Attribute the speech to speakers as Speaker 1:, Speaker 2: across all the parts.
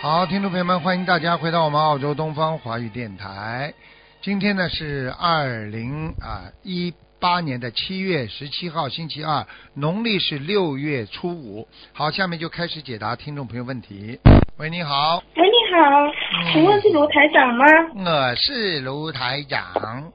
Speaker 1: 好，听众朋友们，欢迎大家回到我们澳洲东方华语电台。今天呢是二零啊一八年的七月十七号，星期二，农历是六月初五。好，下面就开始解答听众朋友问题。喂，你好，
Speaker 2: 喂，哎你好，
Speaker 1: 嗯
Speaker 2: 请问是卢台长吗？
Speaker 1: 我是卢台长。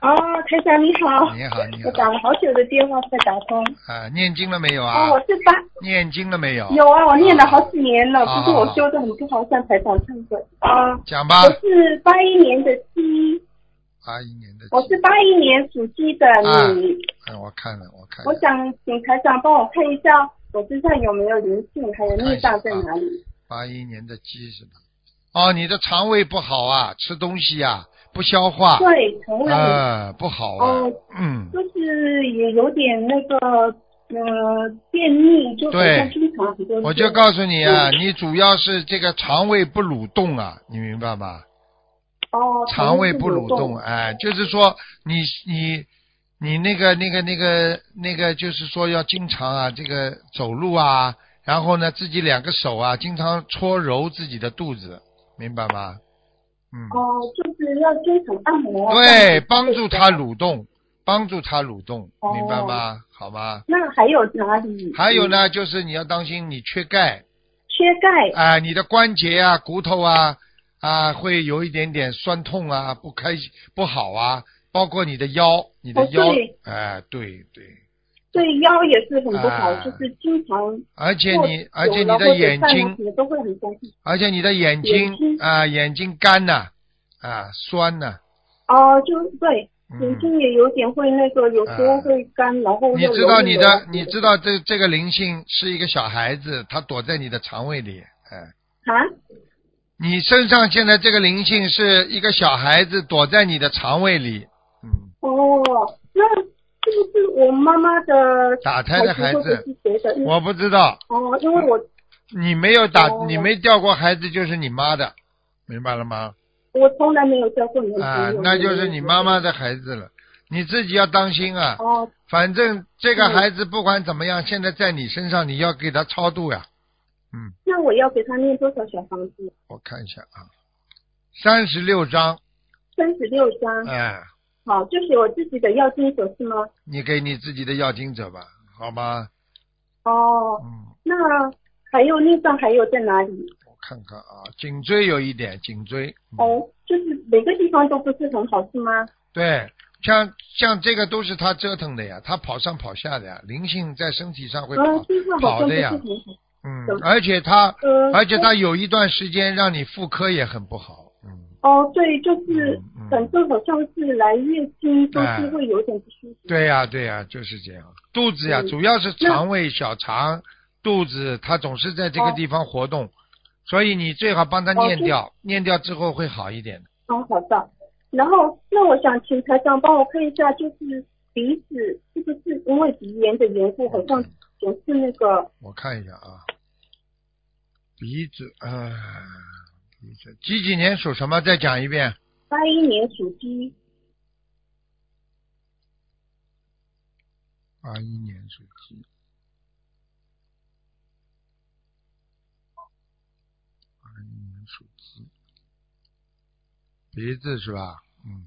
Speaker 2: 哦，台长你好，
Speaker 1: 你好，你
Speaker 2: 我打
Speaker 1: 好。
Speaker 2: 了好久的电话才打通。
Speaker 1: 啊，念经了没有啊
Speaker 2: 哦，我？是八，
Speaker 1: 念经了没有？
Speaker 2: 有啊，我念了好几年了，
Speaker 1: 啊
Speaker 2: 不是我修的很不好，向台长忏悔啊。
Speaker 1: 讲吧
Speaker 2: 我。是八一年的鸡，
Speaker 1: 八一年的鸡。
Speaker 2: 我是八一年属鸡的
Speaker 1: 啊
Speaker 2: 你，
Speaker 1: 哎，我看了，我看了。
Speaker 2: 我想请台长帮我看一下我身上有没有灵性，还有孽障在哪里？
Speaker 1: 八一年的鸡是吧？哦，你的肠胃不好啊，吃东西呀、不消化，
Speaker 2: 对，肠胃
Speaker 1: 呃，不好啊，
Speaker 2: 哦
Speaker 1: 嗯，
Speaker 2: 就是也有点那个呃便秘，就好像
Speaker 1: 对
Speaker 2: 经常很多
Speaker 1: 我就
Speaker 2: 便秘
Speaker 1: 告诉你啊，
Speaker 2: 嗯
Speaker 1: 你主要是这个肠胃不蠕动啊，你明白吗？
Speaker 2: 哦，
Speaker 1: 肠胃不
Speaker 2: 不
Speaker 1: 蠕动，哎，就是说你你你那个那个那个那个，就是说要经常啊，这个走路啊，然后呢，自己两个手啊，经常搓揉自己的肚子，明白吗？嗯，
Speaker 2: 哦，就是要经常按摩。
Speaker 1: 对，帮助他。蠕动，帮助他蠕动，
Speaker 2: 哦
Speaker 1: 明白吗？好吗？
Speaker 2: 那还有哪里？嗯
Speaker 1: 还有？呢，就是你要当心你缺钙
Speaker 2: 缺钙。
Speaker 1: 啊、你的关节啊、骨头啊啊、会有一点点酸痛啊，不开心不好啊，包括你的腰，你的
Speaker 2: 哦
Speaker 1: 腰，
Speaker 2: 对
Speaker 1: 哎、对对，
Speaker 2: 对腰也是很不好，
Speaker 1: 啊
Speaker 2: 就是经常做久了。
Speaker 1: 而且你而且你的眼
Speaker 2: 或者散
Speaker 1: 睛，
Speaker 2: 步什么都会很担心。
Speaker 1: 而且你的眼睛
Speaker 2: 眼睛
Speaker 1: 啊、眼睛干呐啊、酸呐、
Speaker 2: 哦，就对，眼
Speaker 1: 嗯。啊
Speaker 2: 睛也有点会那个，有时候会干，然后
Speaker 1: 你
Speaker 2: 又
Speaker 1: 知
Speaker 2: 流
Speaker 1: 道
Speaker 2: 泪
Speaker 1: 你
Speaker 2: 流
Speaker 1: 的
Speaker 2: 汗，
Speaker 1: 你知道这这个灵性是一个小孩子，他躲在你的肠胃里，哎，
Speaker 2: 啊？
Speaker 1: 你身上现在这个灵性是一个小孩子躲在你的肠胃里，嗯，
Speaker 2: 哦，那是不是我妈妈的
Speaker 1: 打胎的孩
Speaker 2: 孩子会
Speaker 1: 子，
Speaker 2: 不会是谁的？因为
Speaker 1: 我不知道，
Speaker 2: 哦，因为我
Speaker 1: 你没有打
Speaker 2: 哦，
Speaker 1: 你没掉过孩子就是你妈的，明白了吗？
Speaker 2: 我从来没有交过男朋
Speaker 1: 啊
Speaker 2: 友，
Speaker 1: 那就是你妈。妈的孩子了，你自己要当心啊，
Speaker 2: 哦，
Speaker 1: 反正这个
Speaker 2: 嗯
Speaker 1: 孩子不管怎么样，现在在你身上，你要给他超度呀、嗯，
Speaker 2: 那我要给他念多少小房子？
Speaker 1: 我看一下啊，三十六章，
Speaker 2: 三十六张。
Speaker 1: 哎、
Speaker 2: 好，就是我自己的要经者是吗？
Speaker 1: 你给你自己的要经者吧，好吗？
Speaker 2: 哦，
Speaker 1: 嗯。
Speaker 2: 那还有内脏还有在哪里？
Speaker 1: 我看看啊，颈椎有一点，颈椎。嗯、
Speaker 2: 哦，就是每个地方都不是很好是吗？
Speaker 1: 对，像像这个都是他折腾的呀，他跑上跑下的呀，灵性在身体上会跑，
Speaker 2: 嗯，这块好
Speaker 1: 好
Speaker 2: 像不
Speaker 1: 的
Speaker 2: 是
Speaker 1: 呀哎
Speaker 2: 很好。
Speaker 1: 嗯
Speaker 2: 懂，
Speaker 1: 而且他，
Speaker 2: 嗯，
Speaker 1: 而且他有一段时间让你妇科也很不好，嗯，
Speaker 2: 哦，对，就是
Speaker 1: 嗯哎嗯
Speaker 2: 反正好像是来月经都是会有点不舒服。
Speaker 1: 对呀、对呀、就是这样，肚子呀，
Speaker 2: 嗯
Speaker 1: 主要是肠胃、小肠、肚子，它总是在这个
Speaker 2: 哦
Speaker 1: 地方活动，所以你最好帮他
Speaker 2: 哦
Speaker 1: 念
Speaker 2: 这
Speaker 1: 掉，念掉之后会好一点的。
Speaker 2: 哦，好的。然后，那我想请台长帮我看一下，就是鼻子是不是因为鼻炎的缘故，好像总是那个
Speaker 1: 我看一下啊，鼻子啊、呃鼻子几几年属什么？再讲一遍。
Speaker 2: 八一年属鸡，
Speaker 1: 八一年属鸡。八一年属鸡，鼻子是吧？嗯，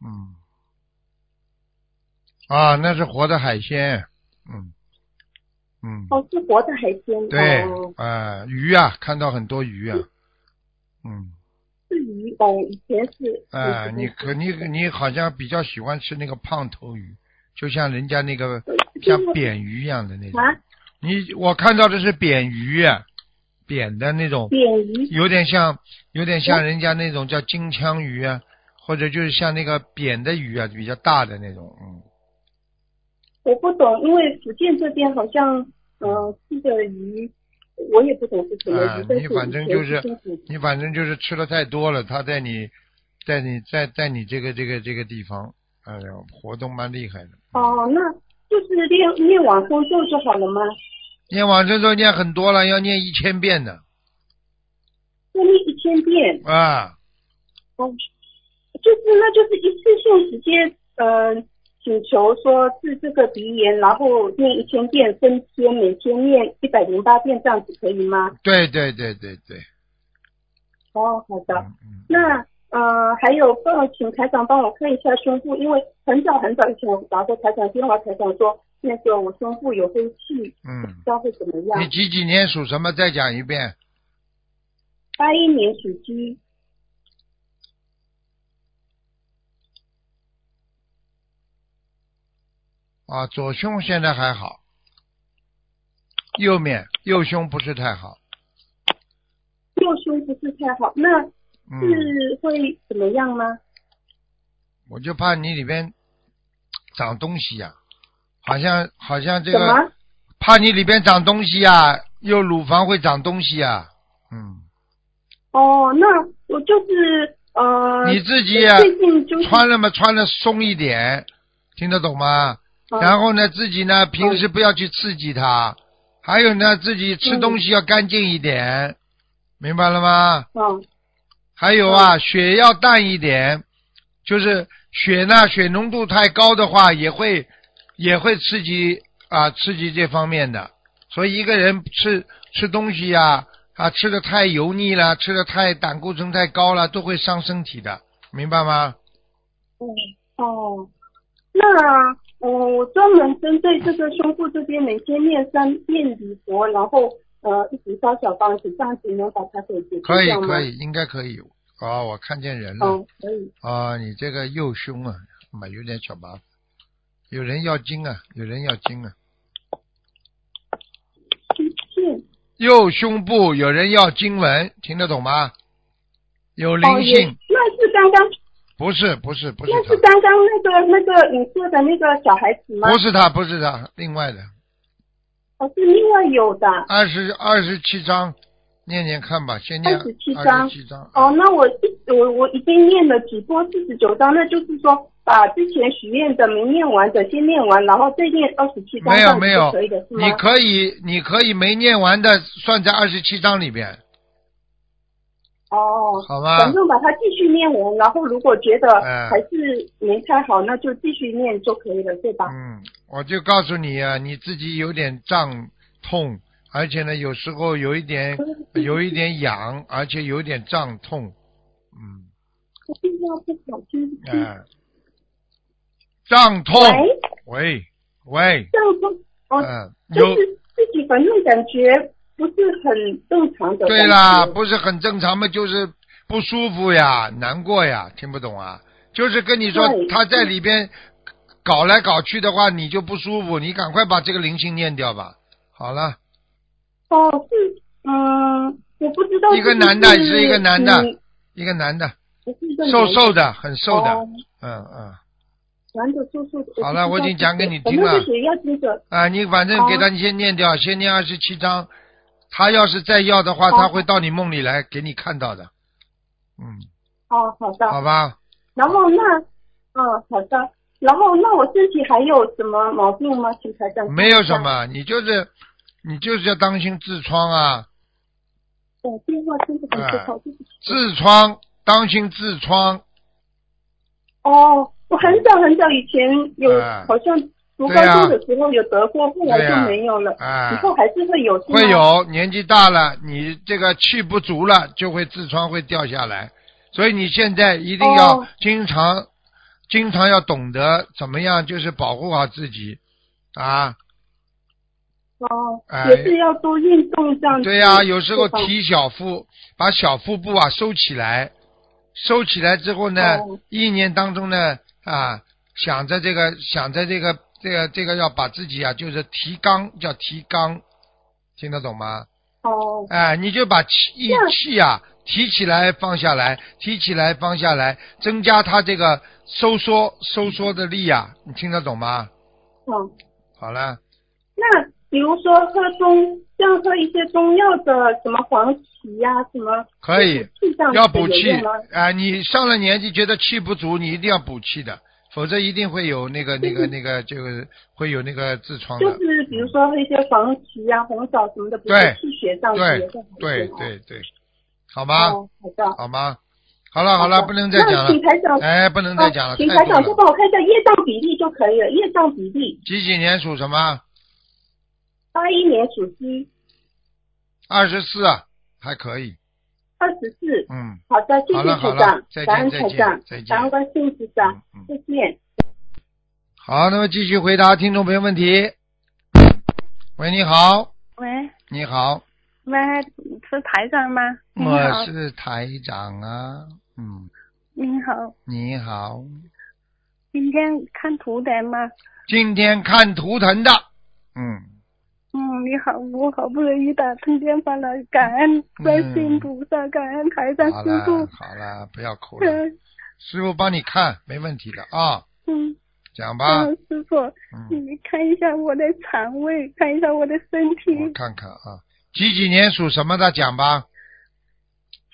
Speaker 1: 嗯，啊，那是活的海鲜，嗯，嗯，
Speaker 2: 哦，是活的海鲜，
Speaker 1: 对
Speaker 2: 哦，、
Speaker 1: 呃，鱼啊，看到很多鱼啊，嗯。
Speaker 2: 是鱼哦，以前是，
Speaker 1: 啊，
Speaker 2: 嗯
Speaker 1: 你可你你好像比较喜欢吃那个胖头鱼，就像人家那个
Speaker 2: 就
Speaker 1: 像
Speaker 2: 是
Speaker 1: 扁鱼一样的那种。
Speaker 2: 啊，
Speaker 1: 你我看到的是扁鱼，扁的那种，
Speaker 2: 扁鱼，
Speaker 1: 有点像有点像人家那种叫金枪鱼啊，或者就是像那个扁的鱼啊，比较大的那种。嗯，
Speaker 2: 我不懂，因为福建这边好像，呃，这个鱼，我也不懂是什么
Speaker 1: 嗯啊
Speaker 2: 鱼，但
Speaker 1: 你
Speaker 2: 是
Speaker 1: 反正就是
Speaker 2: 以前是
Speaker 1: 你反正就是吃的太多了，它在你在你在在你这个这个这个地方，哎呦，活动蛮厉害的。
Speaker 2: 哦，那就是练练往生咒就好了吗？
Speaker 1: 念往生咒念很多了，要念一千遍的
Speaker 2: 那练一千遍，
Speaker 1: 啊。
Speaker 2: 哦，就是那就是一次性直接呃请求说治这个鼻炎，然后念一千遍分天，每天念一百零八遍，这样子可以吗？
Speaker 1: 对对对对对，
Speaker 2: 哦，好的。
Speaker 1: 嗯嗯，
Speaker 2: 那呃，还有帮我请台长帮我看一下胸部，因为很早很早以前我打过台长电话，台长说那个我胸部有黑气，不知
Speaker 1: 嗯，
Speaker 2: 道会怎么样
Speaker 1: 你。几几年属什么？再讲一遍。
Speaker 2: 八一年属鸡，
Speaker 1: 啊，左胸现在还好，右面右胸不是太好，
Speaker 2: 右胸不是太好，那
Speaker 1: 嗯，
Speaker 2: 是会怎么样吗？
Speaker 1: 我就怕你里边长东西呀、好像好像这
Speaker 2: 什
Speaker 1: 个
Speaker 2: 么？
Speaker 1: 怕你里边长东西呀、右乳房会长东西呀、嗯，
Speaker 2: 哦，那我就是呃，
Speaker 1: 你自己呀
Speaker 2: 最近就是
Speaker 1: 穿了嘛穿的松一点，听得懂吗？
Speaker 2: 嗯
Speaker 1: 然后呢，自己呢平时不要去刺激它，还有呢，自己吃东西要干净一点，明白了吗？
Speaker 2: 嗯
Speaker 1: 还有啊，血要淡一点，就是血呢，血浓度太高的话，也会也会刺激啊，刺激这方面的。所以一个人吃吃东西呀、啊，吃的太油腻了，吃的太胆固醇太高了，都会伤身体的，明白吗？
Speaker 2: 嗯哦，那呃我专门针对这个胸部这边每天念三念礼佛，然后呃一直烧小房子，这样子能把它给解决
Speaker 1: 可以
Speaker 2: 掉吗？
Speaker 1: 可。以，应该可以。哦，我看见人了。
Speaker 2: 哦，可以。
Speaker 1: 啊，你这个右胸啊，妈有点小麻烦，有人要经啊，有人要经啊，
Speaker 2: 是
Speaker 1: 右胸部有人要经文，听得懂吗？有
Speaker 2: 哦，
Speaker 1: 灵
Speaker 2: 也
Speaker 1: 性，
Speaker 2: 那是刚刚
Speaker 1: 不是不是不是
Speaker 2: 那是
Speaker 1: 他，
Speaker 2: 刚刚那个那个你说的那个小孩子吗？
Speaker 1: 不是他，不是他，另外的
Speaker 2: 哦，是另外有的。
Speaker 1: 二十二十七章，念念看吧，先念
Speaker 2: 27
Speaker 1: 二
Speaker 2: 章
Speaker 1: 十七章，
Speaker 2: 哦，那我一我我已经念了几波四十九章，那就是说把之前许愿的没念完的先念完，然后再念二十七章，
Speaker 1: 没有
Speaker 2: 这样
Speaker 1: 没有
Speaker 2: 就可以的是吗
Speaker 1: 你？可以你可以没念完的算在二十七章里边，
Speaker 2: 哦，
Speaker 1: 好啊
Speaker 2: 反
Speaker 1: 吗？
Speaker 2: 正把它继续念完，然后如果觉得
Speaker 1: 嗯
Speaker 2: 还是没太好，那就继续念就可以了，对吧？
Speaker 1: 嗯，我就告诉你啊，你自己有点胀痛，而且呢，有时候有一点
Speaker 2: 嗯
Speaker 1: 有一点痒，而且有点胀痛，嗯，
Speaker 2: 我一定要不小心。
Speaker 1: 哎、胀痛，
Speaker 2: 喂，
Speaker 1: 喂喂，
Speaker 2: 这样说，
Speaker 1: 嗯、
Speaker 2: 哦，就
Speaker 1: 有。
Speaker 2: 是自己反正感觉不是很正常的。
Speaker 1: 对啦，，不是很正常嘛，就是不舒服呀，难过呀，听不懂啊？就是跟你说
Speaker 2: 对嗯
Speaker 1: 他在里边搞来搞去的话，你就不舒服，你赶快把这个灵性念掉吧。好了，
Speaker 2: 哦，是，嗯，我不知道
Speaker 1: 一个
Speaker 2: 是不
Speaker 1: 男的是一个男的
Speaker 2: 嗯
Speaker 1: 一个男的，
Speaker 2: 不是一个
Speaker 1: 瘦
Speaker 2: 男的
Speaker 1: 瘦的，很瘦的，
Speaker 2: 哦
Speaker 1: 嗯嗯，
Speaker 2: 男的瘦瘦的。
Speaker 1: 好了
Speaker 2: 不
Speaker 1: 我
Speaker 2: 知道
Speaker 1: 已经讲给你听了
Speaker 2: 反正就是要记着。
Speaker 1: 啊，你反
Speaker 2: 哦
Speaker 1: 正给他先念掉，先念二十七章。他要是再要的话，
Speaker 2: 好
Speaker 1: 他会到你梦里来给你看到的。嗯，
Speaker 2: 哦，好的。
Speaker 1: 好吧，
Speaker 2: 然后那，嗯，好的。然后那我身体还有什么毛病吗？请台长。
Speaker 1: 没有什。么，你就是你就是要当心痔疮啊。
Speaker 2: 对，电话真的很不好，
Speaker 1: 嗯
Speaker 2: 对不起。
Speaker 1: 痔疮，当心痔疮。
Speaker 2: 哦，我很早很早以前有
Speaker 1: 哎，
Speaker 2: 好像读
Speaker 1: 对呀
Speaker 2: 高中的时候有得过，后来
Speaker 1: 对呀
Speaker 2: 就没有了。
Speaker 1: 哎
Speaker 2: 以后还是会有。是吗
Speaker 1: 会。有年纪大了，你这个气不足了，就会痔疮会掉下来。所以你现在一定要
Speaker 2: 哦
Speaker 1: 经常、经常要懂得怎么样，就是保护好自己啊。
Speaker 2: 哦
Speaker 1: 哎，
Speaker 2: 也是要多运动这样子。
Speaker 1: 对呀、有时候
Speaker 2: 对吧
Speaker 1: 提小腹，把小腹部啊收起来，收起来之后呢，
Speaker 2: 哦
Speaker 1: 一年当中呢啊，想着这个，想着这个，这个这个要把自己啊，就是提肛，叫提肛，听得懂吗？
Speaker 2: 哦，
Speaker 1: 哎，你就把气一
Speaker 2: 那
Speaker 1: 气啊提起来放下来，提起来放下来，增加它这个收缩收缩的力啊，你听得懂吗？
Speaker 2: 嗯。
Speaker 1: 好了，
Speaker 2: 那比如说喝中，像喝一些中药的什么黄芪呀、什么
Speaker 1: 可以
Speaker 2: 补气这样子
Speaker 1: 要补气
Speaker 2: 有用吗
Speaker 1: 啊、哎你上了年纪觉得气不足，你一定要补气的，否则一定会有那个那个那个就是会有那个痔疮
Speaker 2: 就
Speaker 1: 的。嗯
Speaker 2: 是比如说喝一些黄芪啊、红枣什么的，补
Speaker 1: 对
Speaker 2: 气血上去
Speaker 1: 对
Speaker 2: 也是很好
Speaker 1: 对
Speaker 2: 的
Speaker 1: 对对，好吗？
Speaker 2: 哦，好的。
Speaker 1: 好吗？好了好了，不能再讲
Speaker 3: 那请
Speaker 1: 了，
Speaker 3: 台长，啊
Speaker 1: 哎，不
Speaker 2: 啊
Speaker 1: 能再讲了，
Speaker 3: 请
Speaker 1: 太
Speaker 3: 台
Speaker 1: 多
Speaker 3: 长再
Speaker 1: 了。
Speaker 3: 帮我看一下业障比例就可以了，业障比例，
Speaker 1: 几几年属什么？
Speaker 3: 八一年属鸡，
Speaker 1: 二十四，啊还可以，
Speaker 3: 二十四。
Speaker 1: 嗯
Speaker 3: 好的，谢
Speaker 1: 好
Speaker 3: 谢
Speaker 1: 了好
Speaker 3: 台
Speaker 1: 了
Speaker 3: 长
Speaker 1: 再见，
Speaker 3: 感恩
Speaker 1: 再
Speaker 3: 台
Speaker 1: 见
Speaker 3: 长
Speaker 1: 再见，
Speaker 3: 感恩观世音菩萨
Speaker 1: 嗯，嗯。
Speaker 3: 再见。
Speaker 1: 好，那么继续回答听众朋友问题。喂，你好，
Speaker 2: 喂
Speaker 1: 你好，
Speaker 2: 喂，是台长吗？你好
Speaker 1: 我，是台长啊，嗯，
Speaker 2: 你好，
Speaker 1: 你好，
Speaker 2: 今天看图的吗？
Speaker 1: 今天看图腾的，嗯，
Speaker 2: 嗯，你好，我好不容易打通电话了，感恩观世音菩萨，感恩台长
Speaker 1: 好
Speaker 2: 师傅
Speaker 1: 了。好了，不要哭了，
Speaker 2: 嗯
Speaker 1: 师傅帮你看，没问题的啊，
Speaker 2: 嗯，
Speaker 1: 讲吧
Speaker 2: 嗯，，师傅，
Speaker 1: 嗯，
Speaker 2: 你看一下我的肠胃，看一下我的身体。
Speaker 1: 我看看啊，几几年属什么的讲吧，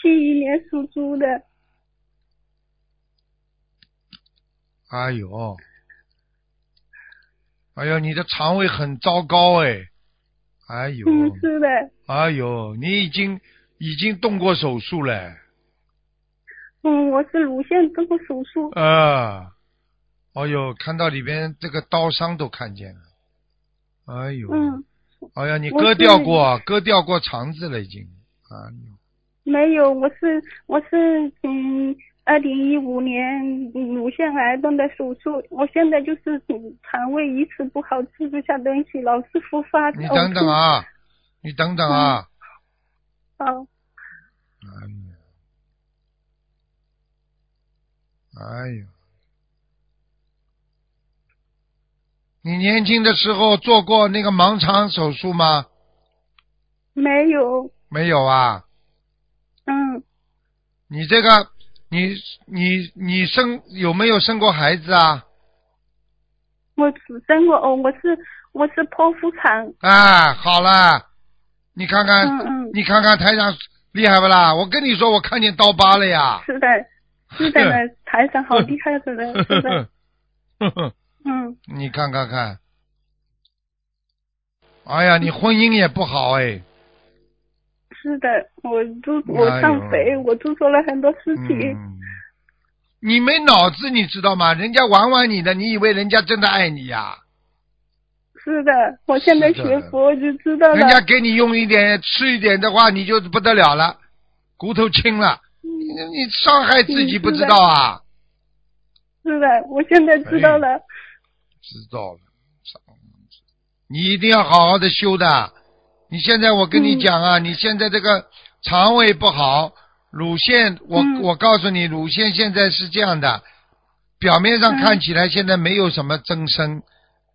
Speaker 2: 七一年属猪的，
Speaker 1: 哎呦，哎呦，你的肠胃很糟糕哎，哎呦，
Speaker 2: 嗯，是的，
Speaker 1: 哎呦，你已经已经动过手术了，
Speaker 2: 嗯，我是乳腺动过手术，
Speaker 1: 啊，哎呦，看到里边这个刀伤都看见了，哎呦，
Speaker 2: 嗯，
Speaker 1: 哎呀，你
Speaker 2: 我
Speaker 1: 割
Speaker 2: 是
Speaker 1: 掉过，割掉过肠子了已经，哎呦，
Speaker 2: 没有，我是我是嗯，二零一五年嗯乳腺癌动的手术，我现在就是嗯肠胃一直不好，吃不下东西，老是复发。
Speaker 1: 你等等啊，你等等啊，
Speaker 2: 呕吐！哦，
Speaker 1: 哎
Speaker 2: 嗯
Speaker 1: 呀，哎呀，你年轻的时候做过那个盲肠手术吗？
Speaker 2: 没有，
Speaker 1: 没有啊，
Speaker 2: 嗯，
Speaker 1: 你这个，你你你生有没有生过孩子啊？
Speaker 2: 我只生过哦，我是我是剖腹产，
Speaker 1: 啊，好了，你看看，
Speaker 2: 嗯嗯，
Speaker 1: 你看看台长厉害不啦？我跟你说，我看见刀疤了呀。
Speaker 2: 是的，是的呢，台上好厉害的人，是的， 嗯，
Speaker 1: 你看看看，哎呀，你婚姻也不好哎，
Speaker 2: 是的，我就我上
Speaker 1: 哎
Speaker 2: 肥，
Speaker 1: 呦
Speaker 2: 我就做了很多事情，
Speaker 1: 嗯，你没脑子，你知道吗？人家玩玩你的，你以为人家真的爱你呀、
Speaker 2: 是的，我现在
Speaker 1: 是的
Speaker 2: 学佛就知道了
Speaker 1: 人，家给你用一点吃一点的话，你就不得了了，骨头轻了。你你伤害自己不知道啊？
Speaker 2: 是的，我现在知道了。
Speaker 1: 知道了，伤你一定要好好的修的。你现在我跟你讲
Speaker 2: 嗯
Speaker 1: 啊，你现在这个肠胃不好，乳腺，我、
Speaker 2: 嗯
Speaker 1: 我告诉你，乳腺现在是这样的，表面上看起来现在没有什么增生，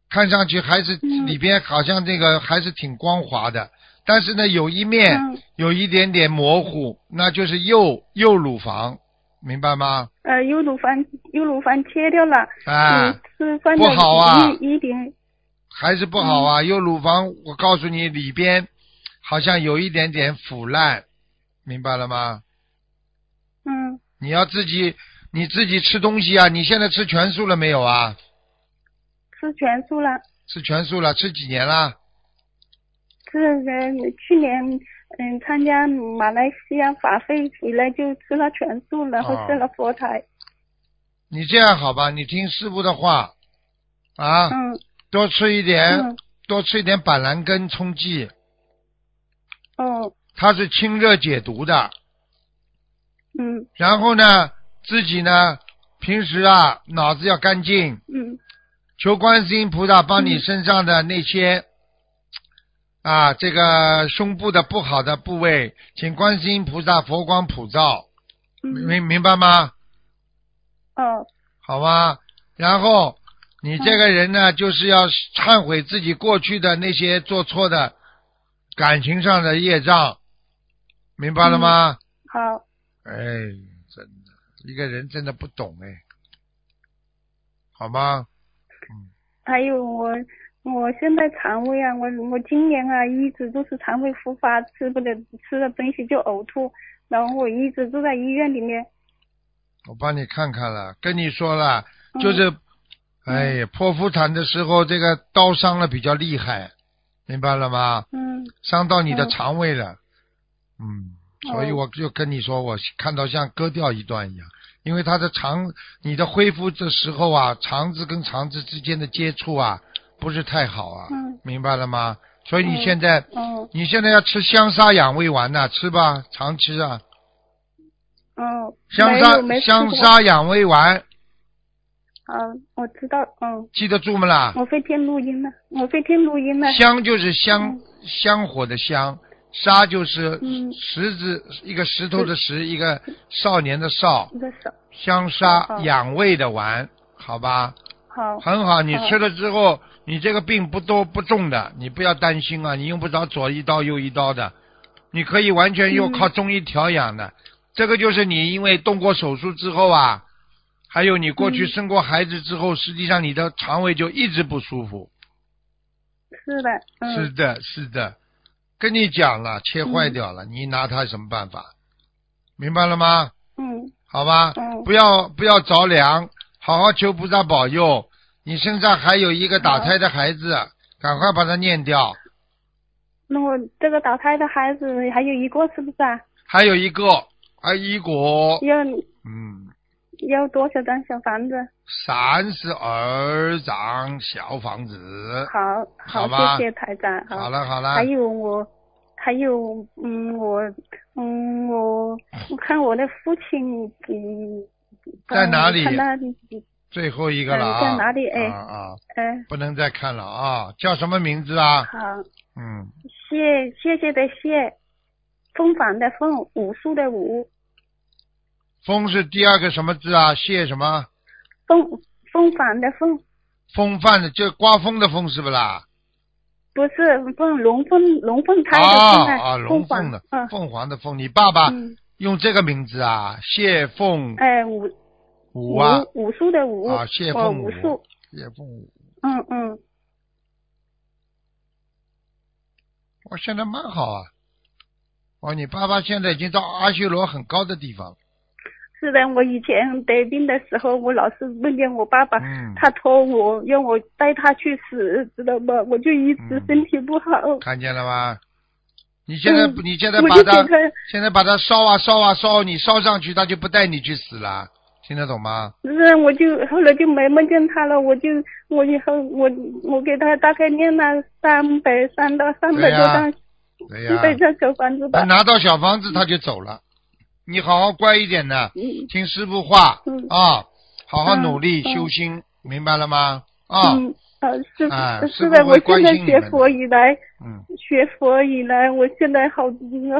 Speaker 1: 看上去还是
Speaker 2: 嗯
Speaker 1: 里边好像这个还是挺光滑的，但是呢，有一面、
Speaker 2: 嗯
Speaker 1: 有一点点模糊，那就是右右乳房，明白吗？
Speaker 2: 呃，右乳房右乳房切掉了，
Speaker 1: 啊，
Speaker 2: 嗯，是放在
Speaker 1: 不好啊
Speaker 2: 一一点，
Speaker 1: 还是不好啊。
Speaker 2: 嗯
Speaker 1: 右乳房，我告诉你，里边好像有一点点腐烂，明白了吗？
Speaker 2: 嗯，
Speaker 1: 你要自己你自己吃东西啊！你现在吃全素了没有啊？
Speaker 2: 吃全素了，
Speaker 1: 吃全素了，吃几年啦？
Speaker 2: 吃呃去年嗯参加马来西亚法会回来就吃了全素，然后
Speaker 1: 哦
Speaker 2: 吃了佛台，
Speaker 1: 你这样好吧，你听师傅的话啊，
Speaker 2: 嗯
Speaker 1: 多吃一点，
Speaker 2: 嗯
Speaker 1: 多吃一点板蓝根冲剂，
Speaker 2: 哦
Speaker 1: 它是清热解毒的。
Speaker 2: 嗯
Speaker 1: 然后呢，自己呢，平时啊脑子要干净，
Speaker 2: 嗯
Speaker 1: 求观世音菩萨帮你
Speaker 2: 嗯
Speaker 1: 身上的那些、啊，这个胸部的不好的部位，请观世音菩萨佛光普照，
Speaker 2: 嗯
Speaker 1: 明明白吗？
Speaker 2: 哦
Speaker 1: 好吗？然后你这个人
Speaker 2: 嗯
Speaker 1: 呢，就是要忏悔自己过去的那些做错的感情上的业障，明白了吗？
Speaker 2: 好
Speaker 1: 哎，真的，一个人真的不懂哎，好吗？
Speaker 2: 还有我。我现在肠胃啊，我我今年啊一直都是肠胃复发，吃不得吃的东西就呕吐，然后我一直都在医院里面，
Speaker 1: 我帮你看看了，跟你说了，
Speaker 2: 嗯
Speaker 1: 就是，哎，剖腹产的时候这个刀伤了比较厉害，明白了吗？
Speaker 2: 嗯
Speaker 1: 伤到你的
Speaker 2: 嗯哦
Speaker 1: 肠胃了，嗯，所以我就跟你说，我看到像割掉一段一样，因为他的肠，你的恢复的时候啊，肠子跟肠子之间的接触啊，不是太好啊，
Speaker 2: 嗯
Speaker 1: 明白了吗？所以你现在，
Speaker 2: 哦
Speaker 1: 你现在要吃香砂养胃丸呐、吃吧，常吃啊，
Speaker 2: 哦，
Speaker 1: 香
Speaker 2: 没有
Speaker 1: 砂
Speaker 2: 没吃
Speaker 1: 香
Speaker 2: 过
Speaker 1: 砂养胃丸，
Speaker 2: 嗯，我知道，嗯，
Speaker 1: 记得住不啦？
Speaker 2: 我飞天录音了，我飞天录音了，
Speaker 1: 香就是香、香火的香，砂就是
Speaker 2: 嗯
Speaker 1: 石子、一个石头的石，一个少年的少，
Speaker 2: 一个手，
Speaker 1: 香砂
Speaker 2: 哦
Speaker 1: 养胃的丸，好吧？
Speaker 2: 好，
Speaker 1: 很好，你
Speaker 2: 哦
Speaker 1: 吃了之后，你这个病不多不重的，你不要担心啊，你用不着左一刀右一刀的，你可以完全用
Speaker 2: 嗯
Speaker 1: 靠中医调养的。这个就是你因为动过手术之后啊，还有你过去
Speaker 2: 嗯
Speaker 1: 生过孩子之后，实际上你的肠胃就一直不舒服。
Speaker 2: 是的，嗯，
Speaker 1: 是的，是的，跟你讲了，切坏掉了，你拿它有什么办法？明白了吗？
Speaker 2: 嗯，
Speaker 1: 好吧，
Speaker 2: 嗯
Speaker 1: 不要不要着凉，好好求菩萨保佑。你身上还有一个打胎的孩子，赶快把它念掉。
Speaker 2: 那我这个打胎的孩子还有一个是不是啊？
Speaker 1: 还有一个，还有一个，
Speaker 2: 要
Speaker 1: 嗯，
Speaker 2: 要多少张小房子？
Speaker 1: 三十二张小房子。
Speaker 2: 好，
Speaker 1: 好吧
Speaker 2: 谢谢台长，
Speaker 1: 好了好了
Speaker 2: 还，有我，还有嗯，我嗯我，我看我的父亲嗯，
Speaker 1: 在哪里
Speaker 2: 看他
Speaker 1: 最后一个了啊。
Speaker 2: 嗯在哪里哎
Speaker 1: 啊啊，
Speaker 2: 嗯，
Speaker 1: 不能再看了啊！叫什么名字啊？
Speaker 2: 好，
Speaker 1: 嗯，
Speaker 2: 谢谢谢的谢，风帆的风，武术的武，
Speaker 1: 风是第二个什么字啊？谢什么？
Speaker 2: 风风帆的风，
Speaker 1: 风范的，就刮风的风是不啦？
Speaker 2: 不是风龙凤龙凤胎的
Speaker 1: 啊
Speaker 2: 凤
Speaker 1: 啊，龙凤的
Speaker 2: 的，嗯
Speaker 1: 凤凰的凤，你爸爸
Speaker 2: 嗯，
Speaker 1: 用这个名字啊，谢凤
Speaker 2: 哎武
Speaker 1: 武
Speaker 2: 武
Speaker 1: 啊，
Speaker 2: 武术的武，
Speaker 1: 啊谢
Speaker 2: 哦
Speaker 1: 凤
Speaker 2: 武
Speaker 1: 舞
Speaker 2: 术，
Speaker 1: 谢凤武。
Speaker 2: 嗯嗯，
Speaker 1: 我现在蛮好啊，哦，你爸爸现在已经到阿修罗很高的地方了，
Speaker 2: 是的，我以前得病的时候，我老是梦见我爸爸，
Speaker 1: 嗯
Speaker 2: 啊他托我让我带他去死，知道吗？我就一直
Speaker 1: 嗯
Speaker 2: 身体不好，
Speaker 1: 看见了吗？你现在、
Speaker 2: 嗯
Speaker 1: 你现在
Speaker 2: 我
Speaker 1: 把
Speaker 2: 就给
Speaker 1: 他
Speaker 2: 他，
Speaker 1: 现在把他烧啊烧啊烧，你烧上去，他就不带你去死了，听得懂吗？
Speaker 2: 是我就后来就没梦见他了，我就我以后我我给他大概念了三百三到三百
Speaker 1: 对呀
Speaker 2: 多张，
Speaker 1: 对呀、
Speaker 2: 三百张小房子
Speaker 1: 他，
Speaker 2: 吧
Speaker 1: 哎拿到小房子他就走了，你好好乖一点呢，
Speaker 2: 嗯
Speaker 1: 听师傅话
Speaker 2: 嗯
Speaker 1: 啊，好好努力
Speaker 2: 嗯
Speaker 1: 修心，明白了吗？啊，
Speaker 2: 嗯，呃是
Speaker 1: 哎
Speaker 2: 是
Speaker 1: 师
Speaker 2: 的，
Speaker 1: 父
Speaker 2: 我
Speaker 1: 会关
Speaker 2: 现在
Speaker 1: 心你
Speaker 2: 学
Speaker 1: 们
Speaker 2: 佛
Speaker 1: 的
Speaker 2: 以来。
Speaker 1: 嗯
Speaker 2: 学佛以来，我现在好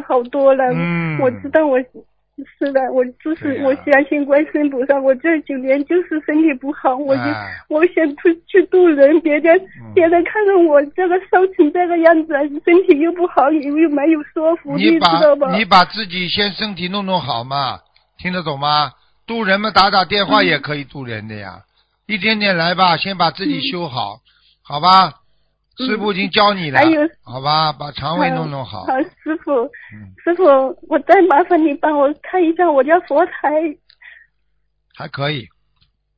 Speaker 2: 好多了。
Speaker 1: 嗯
Speaker 2: 我知道我是的，我就是、
Speaker 1: 对呀
Speaker 2: 我相信观世音菩萨。我这九年就是身体不好，我就、
Speaker 1: 哎嗯
Speaker 2: 我想去去渡人，别人、别人看到我这个烧成这个样子，身体又不好，又又没有说服力，
Speaker 1: 你
Speaker 2: 知道吧
Speaker 1: 把？你把自己先身体弄弄好嘛，听得懂吗？渡人嘛，打打电
Speaker 2: 嗯
Speaker 1: 话也可以渡人的呀，一点点来吧，先把自己修好，好吧？
Speaker 2: 嗯
Speaker 1: 师傅已经教你了
Speaker 2: 还有，
Speaker 1: 好吧？把肠胃
Speaker 2: 嗯
Speaker 1: 弄弄好
Speaker 2: 好，，师傅，
Speaker 1: 嗯，
Speaker 2: 师傅，我再麻烦你帮我看一下我家佛台。
Speaker 1: 还可以。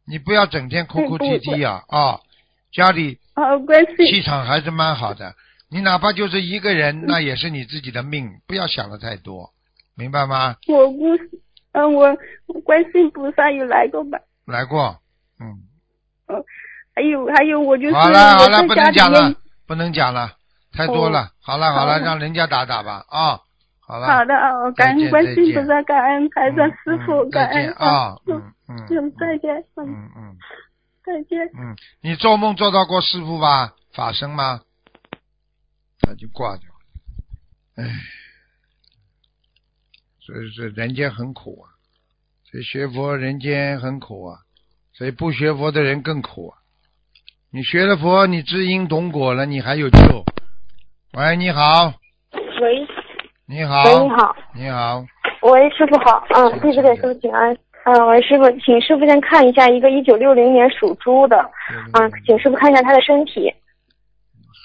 Speaker 1: 你不要整天哭哭啼
Speaker 2: 对
Speaker 1: 啼呀啊！家里
Speaker 2: 啊，观世
Speaker 1: 气场还是蛮好的。你哪怕就是一个
Speaker 2: 嗯
Speaker 1: 人，那也是你自己的命，不要想的太多，明白吗？
Speaker 2: 我姑，嗯，我我观世音菩萨有来过吧？
Speaker 1: 来过，嗯，
Speaker 2: 还有还有，我就是
Speaker 1: 好了好
Speaker 2: 我
Speaker 1: 了，
Speaker 2: 在
Speaker 1: 不
Speaker 2: 家
Speaker 1: 能
Speaker 2: 里
Speaker 1: 讲了
Speaker 2: 面，，哦
Speaker 1: 不能讲了，太多了。好了好了，
Speaker 2: 好
Speaker 1: 让人家打打吧啊，好了，
Speaker 2: 好的啊，我感
Speaker 1: 再
Speaker 2: 恩
Speaker 1: 见
Speaker 2: 观
Speaker 1: 再
Speaker 2: 世音
Speaker 1: 见
Speaker 2: 菩萨，感恩台
Speaker 1: 嗯，
Speaker 2: 长师傅，
Speaker 1: 嗯
Speaker 2: 感
Speaker 1: 再见
Speaker 2: 恩
Speaker 1: 啊，
Speaker 2: 嗯
Speaker 1: 嗯嗯
Speaker 2: 嗯，再见，嗯，
Speaker 1: 嗯嗯
Speaker 2: 再见。
Speaker 1: 嗯，你做梦做到过师傅吧？法身吗？那就挂掉了，唉，所以是人间很苦啊，所以学佛人间很苦啊，所以不学佛的人更苦啊。你学了佛，你知因懂果了，你还有救。喂，你好，
Speaker 4: 喂，
Speaker 1: 你好，
Speaker 4: 喂，你，好，
Speaker 1: 你好，
Speaker 4: 喂，师傅好，嗯，弟子给师傅请安，嗯，喂，师傅，请师傅先看一下一个一九六零年属猪的，嗯，请师傅看一下他的身体。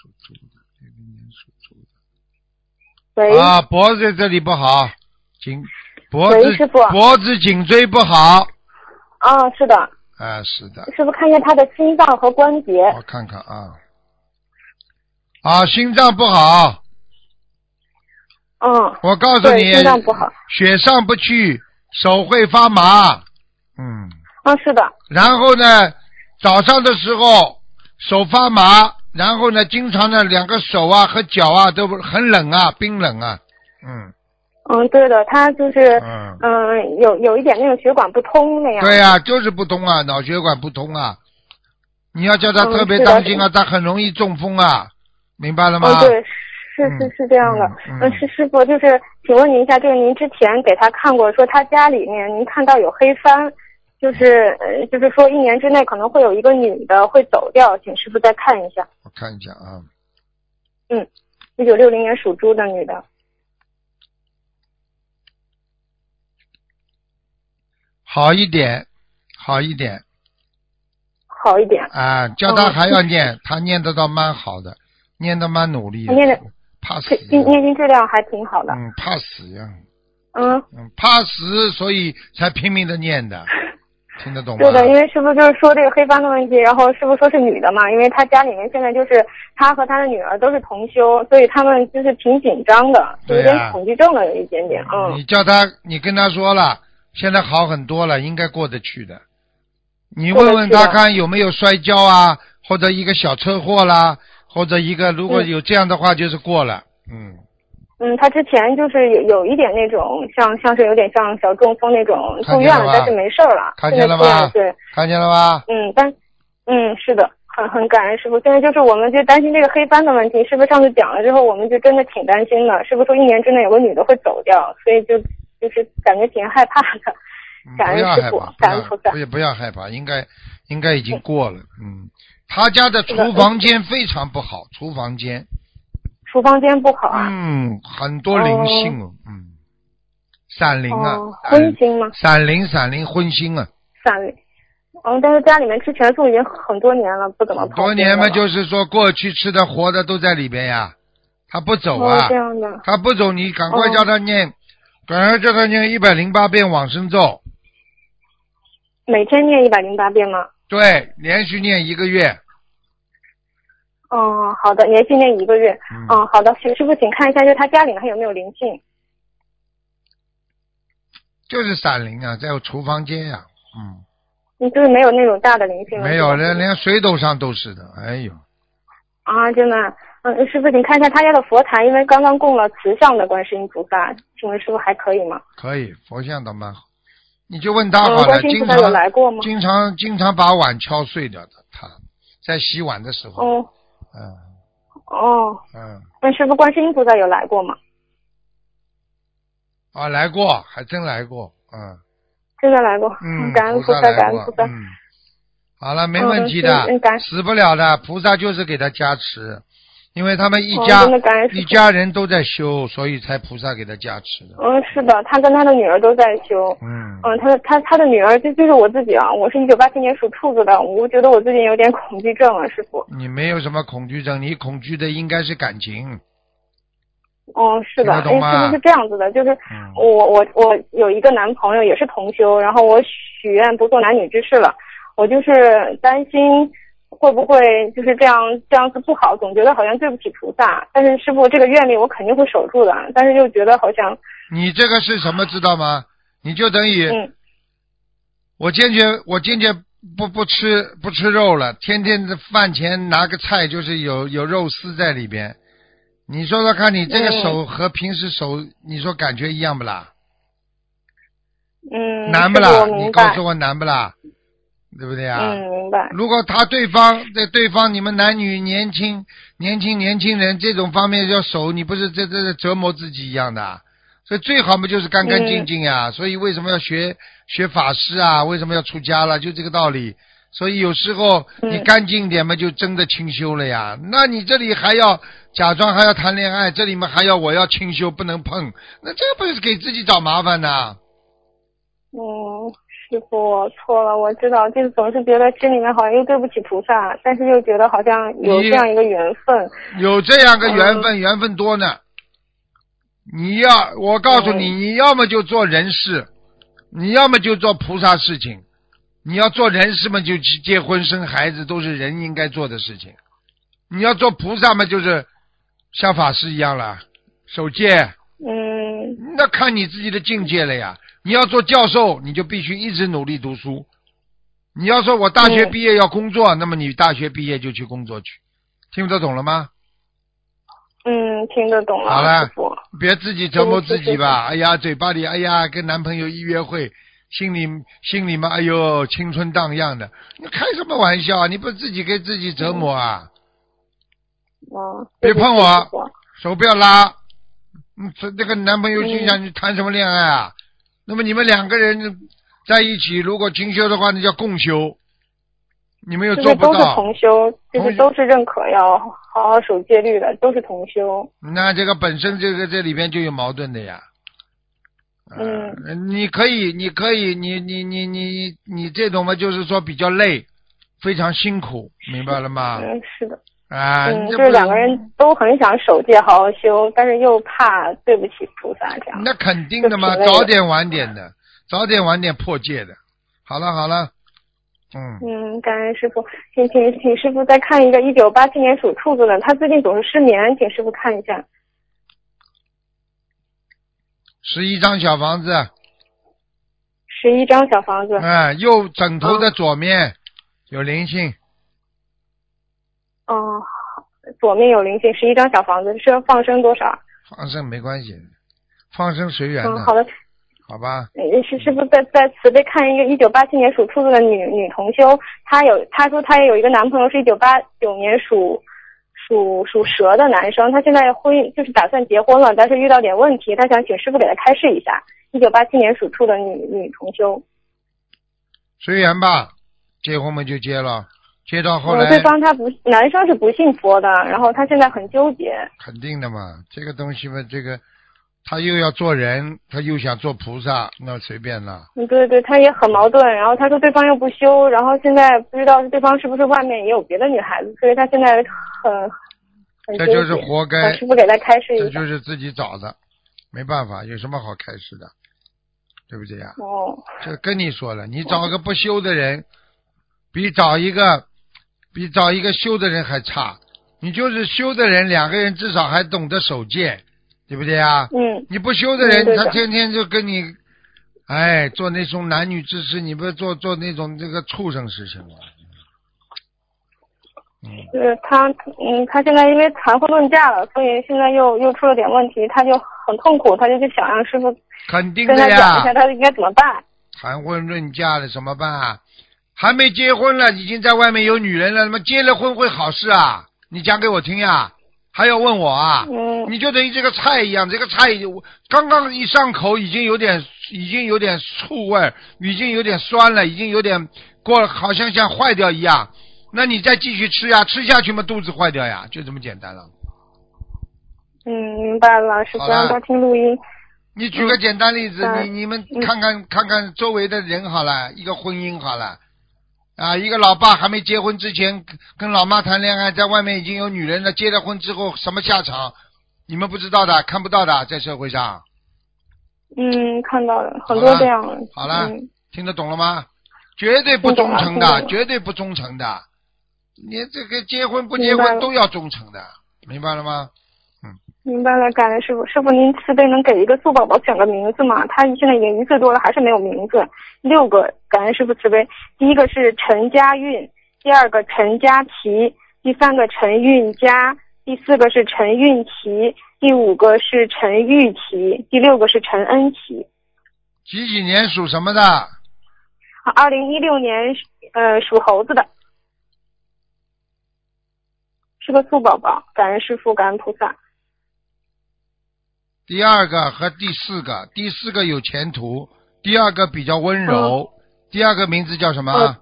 Speaker 1: 属猪的，这个年属猪的
Speaker 4: 喂，
Speaker 1: 啊，脖子这里不好，颈脖
Speaker 4: 喂
Speaker 1: 子
Speaker 4: 师傅
Speaker 1: 脖子颈椎不好，
Speaker 4: 啊，是的，
Speaker 1: 啊，是的，
Speaker 4: 师傅看一下他的心脏和关节，
Speaker 1: 我看看啊，啊，心脏不好，
Speaker 2: 嗯，
Speaker 1: 我告诉你
Speaker 2: 对，心脏不好。
Speaker 1: 血上不去，手会发麻，嗯，
Speaker 2: 嗯，是的，
Speaker 1: 然后呢，早上的时候手发麻，然后呢，经常呢两个手啊和脚啊都不很冷啊，冰冷啊，嗯
Speaker 2: 嗯，对的，他就是
Speaker 1: 嗯，
Speaker 2: 嗯、有有一点那种血管不通那样。
Speaker 1: 对呀、就是不通啊，脑血管不通啊，你要叫他
Speaker 2: 嗯
Speaker 1: 特别
Speaker 2: 是的
Speaker 1: 当心啊，他很容易中风啊，明白了吗？
Speaker 2: 嗯，对，是
Speaker 1: 嗯
Speaker 2: 是是这样的。
Speaker 1: 嗯嗯
Speaker 2: 嗯，是师傅，就是请问您一下，就是您之前给他看过，说他家里面您看到有黑帆，就是呃，就是说一年之内可能会有一个女的会走掉，请师傅再看一下。
Speaker 1: 我看一下啊，
Speaker 2: 一九六零年属猪的女的，
Speaker 1: 好一点，好一点
Speaker 2: 好一点。
Speaker 1: 啊，叫他
Speaker 2: 哦
Speaker 1: 还要念，他念得倒蛮好的，念得蛮努力的，
Speaker 2: 念得
Speaker 1: 怕死
Speaker 2: 这
Speaker 1: 呀，
Speaker 2: 念念经质量还挺好的，
Speaker 1: 嗯，怕死呀。
Speaker 2: 嗯，
Speaker 1: 嗯，怕死，所以才拼命的念 的，听得懂吗？
Speaker 2: 对的，因为师傅就是说这个黑帮的问题，然后师傅说是女的嘛，因为他家里面现在就是他和他的女儿都是同修，所以他们就是挺紧张的，就有
Speaker 1: 对
Speaker 2: 点
Speaker 1: 呀
Speaker 2: 恐惧症了，有一点点，嗯。
Speaker 1: 你叫他，你跟他说了，现在好很多了，应该过得去的。你问问
Speaker 2: 过得
Speaker 1: 他
Speaker 2: 去的
Speaker 1: 看有没有摔跤啊，或者一个小车祸啦，或者一个如果
Speaker 2: 嗯
Speaker 1: 有这样的话就是过了，嗯，
Speaker 2: 嗯，他之前就是有有一点那种像像是有点像小中风那种
Speaker 1: 看见
Speaker 2: 住院
Speaker 1: 了吧，
Speaker 2: 了但是没事儿了。
Speaker 1: 看
Speaker 2: 现
Speaker 1: 见
Speaker 2: 在
Speaker 1: 了
Speaker 2: 住院
Speaker 1: 吧
Speaker 2: 对，
Speaker 1: 看见了吧？
Speaker 2: 嗯，但嗯是的，很很感恩师傅。现在就是我们就担心这个黑斑的问题，师傅上次讲了之后，我们就真的挺担心的。师傅说一年之内有个女的会走掉，所以就就是感觉挺害怕的。
Speaker 1: 嗯
Speaker 2: 感
Speaker 1: 不
Speaker 2: 恩
Speaker 1: 要
Speaker 2: 师
Speaker 1: 害
Speaker 2: 父
Speaker 1: 怕，不
Speaker 2: 感
Speaker 1: 要
Speaker 2: 恩菩萨
Speaker 1: 不要不要害怕，应该应该已经过了，嗯。他家的厨房间非常不好，厨房间，
Speaker 2: 厨房间不好啊，
Speaker 1: 嗯，很多灵性哦，嗯，闪灵啊
Speaker 2: 哦，，
Speaker 1: 闪
Speaker 2: 荤腥吗？
Speaker 1: 闪灵闪灵荤腥啊，
Speaker 2: 散灵。嗯，但是家里面吃全素已经很多年了，不怎么
Speaker 1: 很
Speaker 2: 碰
Speaker 1: 多年嘛，
Speaker 2: 嘛
Speaker 1: 就是说过去吃的活的都在里边呀，他不走
Speaker 2: 哦
Speaker 1: 啊
Speaker 2: 这，样的。
Speaker 1: 他不走，你赶快
Speaker 2: 哦
Speaker 1: 叫他念，赶快叫他念一百零八遍往生咒，
Speaker 2: 每天念一百零八遍吗？
Speaker 1: 对，连续念一个月，
Speaker 2: 哦，好的，连续念一个月。
Speaker 1: 嗯
Speaker 2: 嗯，好的，请师傅，请看一下，就是他家里面还有没有灵性？
Speaker 1: 就是闪灵啊，在厨房间呀，嗯，
Speaker 2: 嗯，就是没有那种大的灵性了。
Speaker 1: 没有，
Speaker 2: 是吧
Speaker 1: 连连水斗上都是的，哎呦，
Speaker 2: 啊，真的啊。嗯，师傅，请看一下他家的佛台，因为刚刚供了慈像的观世音菩萨，请问师傅还可以吗？
Speaker 1: 可以，佛像倒蛮好，你就问他
Speaker 2: 嗯，
Speaker 1: 好了，
Speaker 2: 观世音菩
Speaker 1: 经
Speaker 2: 萨
Speaker 1: 常
Speaker 2: 有来过吗？哦
Speaker 1: 经常经常把碗敲碎掉的，他在洗碗的时候，
Speaker 2: 哦
Speaker 1: 嗯
Speaker 2: 哦，
Speaker 1: 嗯，
Speaker 2: 那师傅，观世音菩萨有来过吗？
Speaker 1: 啊，来过，还真来过，嗯
Speaker 2: 真的来过。
Speaker 1: 嗯，
Speaker 2: 感恩菩萨，感
Speaker 1: 来
Speaker 2: 恩
Speaker 1: 过
Speaker 2: 菩，萨。
Speaker 1: 嗯，好了，没问题的
Speaker 2: 嗯是嗯感，恩
Speaker 1: 死不了的，菩萨就是给他加持，因为他们一
Speaker 2: 哦
Speaker 1: 家
Speaker 2: 真的感恩师父
Speaker 1: 一家人都在修，所以才菩萨给他加持的，
Speaker 2: 嗯，是的，他跟他的女儿都在修。
Speaker 1: 嗯，
Speaker 2: 嗯，他的他他的女儿就就是我自己啊，我是一九八七年属兔子的，我觉得我最近有点恐惧症了，师傅。
Speaker 1: 你没有什么恐惧症，你恐惧的应该是感情，
Speaker 2: 嗯，
Speaker 1: 听
Speaker 2: 是的，
Speaker 1: 得
Speaker 2: 哎，
Speaker 1: 懂
Speaker 2: 师
Speaker 1: 吗
Speaker 2: 傅是这样子的，就是
Speaker 1: 嗯
Speaker 2: 我我我有一个男朋友也是同修，然后我许愿不做男女之事了，我就是担心会不会就是这样这样子不好，总觉得好像对不起菩萨。但是师傅这个愿力我肯定会守住的，但是又觉得好像
Speaker 1: 你这个是什么知道吗？你就等于
Speaker 2: 嗯
Speaker 1: 我坚决，我坚决不不吃不吃肉了，天天的饭前拿个菜就是有有肉丝在里边。你说说看，你这个
Speaker 2: 嗯
Speaker 1: 手和平时手，你说感觉一样不啦？
Speaker 2: 嗯，
Speaker 1: 难不
Speaker 2: 师
Speaker 1: 啦？
Speaker 2: 傅我
Speaker 1: 你
Speaker 2: 明
Speaker 1: 告
Speaker 2: 白，
Speaker 1: 诉我难不啦？对不对啊？
Speaker 2: 嗯，明白，
Speaker 1: 如果他对方在对方你们男女年轻年轻年轻人这种方面要守，你不是这这这折磨自己一样的啊？所以最好嘛就是干干净净呀、所以为什么要学学法师啊？为什么要出家了？就这个道理。所以有时候
Speaker 2: 嗯
Speaker 1: 你干净点嘛，就真的清修了呀。那你这里还要假装还要谈恋爱，这里面还要我要清修不能碰，那这不是给自己找麻烦呐、
Speaker 2: 嗯。师傅，我错了，我知道，就是总是觉得心里面好像又对不起菩萨，但是又觉得好像有
Speaker 1: 你
Speaker 2: 这样一个缘分。
Speaker 1: 有这样个缘分，缘分多呢。你要，我告诉你，
Speaker 2: 嗯
Speaker 1: 你要么就做人事，你要么就做菩萨事情。你要做人事嘛，就去结婚生孩子，都是人应该做的事情。你要做菩萨嘛，就是像法师一样了，守戒、
Speaker 2: 嗯，
Speaker 1: 那看你自己的境界了呀。你要做教授，你就必须一直努力读书。你要说我大学
Speaker 2: 嗯
Speaker 1: 毕业要工作，那么你大学毕业就去工作去，听得懂了吗？
Speaker 2: 嗯，听得懂
Speaker 1: 好了
Speaker 2: 了，师傅。
Speaker 1: 别自己折磨自己吧。哎呀，嘴巴里哎呀跟男朋友一约会，心里心里嘛哎呦青春荡漾的，你开什么玩笑啊？你不自己给自己折磨啊？
Speaker 2: 嗯，
Speaker 1: 别碰我
Speaker 2: 对不起师傅
Speaker 1: 手不要拉。嗯，这那个男朋友心想你谈什么恋爱
Speaker 2: 嗯
Speaker 1: 啊？那么你们两个人在一起，如果清修的话，那叫共修。你们又
Speaker 2: 就
Speaker 1: 做
Speaker 2: 是
Speaker 1: 不
Speaker 2: 都是
Speaker 1: 到，
Speaker 2: 同修，就
Speaker 1: 同修
Speaker 2: 是都是认可要好好守戒律的，都是同修。
Speaker 1: 那这个本身这个这里边就有矛盾的呀。呃你可以，你可以，你你你你你这种嘛，就是说比较累，非常辛苦，明白了吗？
Speaker 2: 嗯，是的，
Speaker 1: 啊，
Speaker 2: 嗯，
Speaker 1: 这
Speaker 2: 就
Speaker 1: 不
Speaker 2: 是两个人都很想守戒好好修，但是又怕对不起菩萨这样。
Speaker 1: 那肯定的嘛，
Speaker 2: 就挺累的
Speaker 1: 早点晚点的，早点晚点破戒的。好了好了，嗯，
Speaker 2: 嗯，感恩师傅，请请请师傅再看一个一九八七年属兔子的，他最近总是失眠，请师傅看一下。
Speaker 1: 十一张小房子，
Speaker 2: 十一张小房子，
Speaker 1: 哎，右枕头的左面有灵性，
Speaker 2: 哦，左面有灵性，十一张小房子是要放生多少？
Speaker 1: 放生没关系，放生随缘
Speaker 2: 嗯，
Speaker 1: 的
Speaker 2: 好，的，
Speaker 1: 好吧？
Speaker 2: 呃是师傅在在慈悲看一个一九八七年属兔子的女女同修，她有她说她也有一个男朋友是一九八九年属属属蛇的男生，她现在婚姻就是打算结婚了，但是遇到点问题，她想请师傅给她开示一下。一九八七年属兔的女女同修，
Speaker 1: 随缘吧，结婚嘛就结了，结到后
Speaker 2: 呃
Speaker 1: 来
Speaker 2: 对方他不男生是不信佛的，然后他现在很纠结，
Speaker 1: 肯定的嘛，这个东西嘛，这个他又要做人，他又想做菩萨，那随便了。
Speaker 2: 嗯，对对，他也很矛盾。然后他说对方又不修，然后现在不知道对方是不是外面也有别的女孩子，所以他现在很很
Speaker 1: 这
Speaker 2: 纠
Speaker 1: 就是
Speaker 2: 结
Speaker 1: 活该
Speaker 2: 呃师傅给他开示
Speaker 1: 这
Speaker 2: 一下
Speaker 1: 就。是自己找的，没办法，有什么好开始的，对不对呀、
Speaker 2: 哦，
Speaker 1: 这跟你说了，你找个不修的人，比找一个比找一个修的人还差。你就是修的人，两个人至少还懂得守戒，对不对啊？
Speaker 2: 嗯，
Speaker 1: 你不修的人，
Speaker 2: 嗯对的
Speaker 1: 他天天就跟你，哎，做那种男女之事，你不是做做那种这个畜生事情吗？
Speaker 2: 就是他，嗯，他现在因为谈婚论嫁了，所以现在又又出了点问题，他就很痛苦，他就去想让师傅
Speaker 1: 肯定
Speaker 2: 跟他
Speaker 1: 的
Speaker 2: 讲一下，
Speaker 1: 呀，
Speaker 2: 他应该怎么办。
Speaker 1: 谈婚论嫁了怎么办啊？还没结婚了，已经在外面有女人了，那么结了婚会好事啊？你讲给我听呀、还要问我啊？
Speaker 2: 嗯，
Speaker 1: 你就等于这个菜一样，这个菜我刚刚一上口已经有点，已经有点醋味儿，已经有点酸了，已经有点过了，好像像坏掉一样。那你再继续吃呀，吃下去嘛，肚子坏掉呀，就这么简单了。
Speaker 2: 嗯，明白了，师傅
Speaker 1: 好了
Speaker 2: 让他听录音。
Speaker 1: 你举个简单例子，
Speaker 2: 嗯
Speaker 1: 你你们
Speaker 2: 嗯
Speaker 1: 看看看看周围的人好了，一个婚姻好了，啊，一个老爸还没结婚之前跟跟老妈谈恋爱，在外面已经有女人了，结了婚之后什么下场，你们不知道的，看不到的，在社会上
Speaker 2: 嗯，看到了很
Speaker 1: 好
Speaker 2: 多
Speaker 1: 了
Speaker 2: 这样的。
Speaker 1: 好了
Speaker 2: 嗯
Speaker 1: 听得懂了吗？绝对不
Speaker 2: 听懂
Speaker 1: 忠
Speaker 2: 了
Speaker 1: 诚
Speaker 2: 听
Speaker 1: 的，
Speaker 2: 懂了
Speaker 1: 绝对不忠诚的，你这个结婚不结
Speaker 2: 明白
Speaker 1: 婚
Speaker 2: 了
Speaker 1: 都要忠诚的，明白了吗？
Speaker 2: 明白了，感恩师傅。师傅，您慈悲能给一个素宝宝选个名字吗？他现在已经一岁多了，还是没有名字。六个，感恩师傅慈悲。第一个是陈佳韵，第二个陈佳琪，第三个陈韵佳，第四个是陈韵琪，第五个是陈玉琪，第六个是陈恩琪。
Speaker 1: 几几年属什么的？
Speaker 2: 啊二零一六年，呃，属猴子的，是个素宝宝。感恩师傅，感恩菩萨。
Speaker 1: 第二个和第四个，第四个有前途，第二个比较温柔，第二个名字叫什么？
Speaker 2: 嗯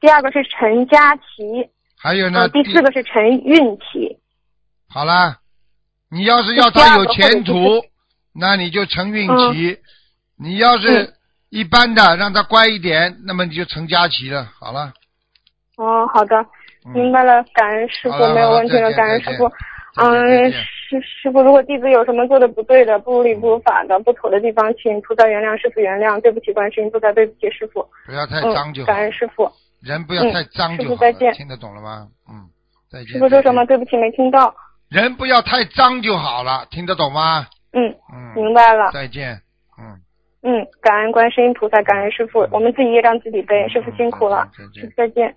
Speaker 2: 第二个是陈佳琪，
Speaker 1: 还有
Speaker 2: 呃
Speaker 1: 呢？
Speaker 2: 第四个是陈运气，
Speaker 1: 好啦，你要是要他有前
Speaker 2: 第二个或嗯
Speaker 1: 途
Speaker 2: 者是，
Speaker 1: 那你就成运奇；你要
Speaker 2: 嗯
Speaker 1: 是一般的，让他乖一点，那么你就成佳琪了。好了，
Speaker 2: 哦，好的，明
Speaker 1: 嗯，
Speaker 2: 白了，感恩师
Speaker 1: 好了
Speaker 2: 傅，没有问题
Speaker 1: 好
Speaker 2: 了，
Speaker 1: 了
Speaker 2: 感恩
Speaker 1: 再见
Speaker 2: 师傅。
Speaker 1: 再见再
Speaker 2: 嗯，
Speaker 1: 见
Speaker 2: 师师傅，如果弟子有什么做的不对的、不如理不如法的、不妥的地方，请菩萨原谅，师傅原谅，对不起观世音菩萨，对不起师傅。
Speaker 1: 不要太脏
Speaker 2: 嗯
Speaker 1: 就，好
Speaker 2: 感，恩师傅。
Speaker 1: 人不要太脏就
Speaker 2: 师
Speaker 1: 好
Speaker 2: 傅再见
Speaker 1: 了。听得懂了吗？嗯，再见。
Speaker 2: 师傅说什么？
Speaker 1: 再见？
Speaker 2: 对不起，没听到。
Speaker 1: 人不要太脏就好了，听得懂吗？
Speaker 2: 嗯，
Speaker 1: 嗯，
Speaker 2: 明白了。
Speaker 1: 再见，嗯，
Speaker 2: 嗯，感恩观世音菩萨，感恩师傅，我们自己也让自己背，师傅辛苦了，
Speaker 1: 嗯再
Speaker 2: 师
Speaker 1: 见
Speaker 2: 傅。再见。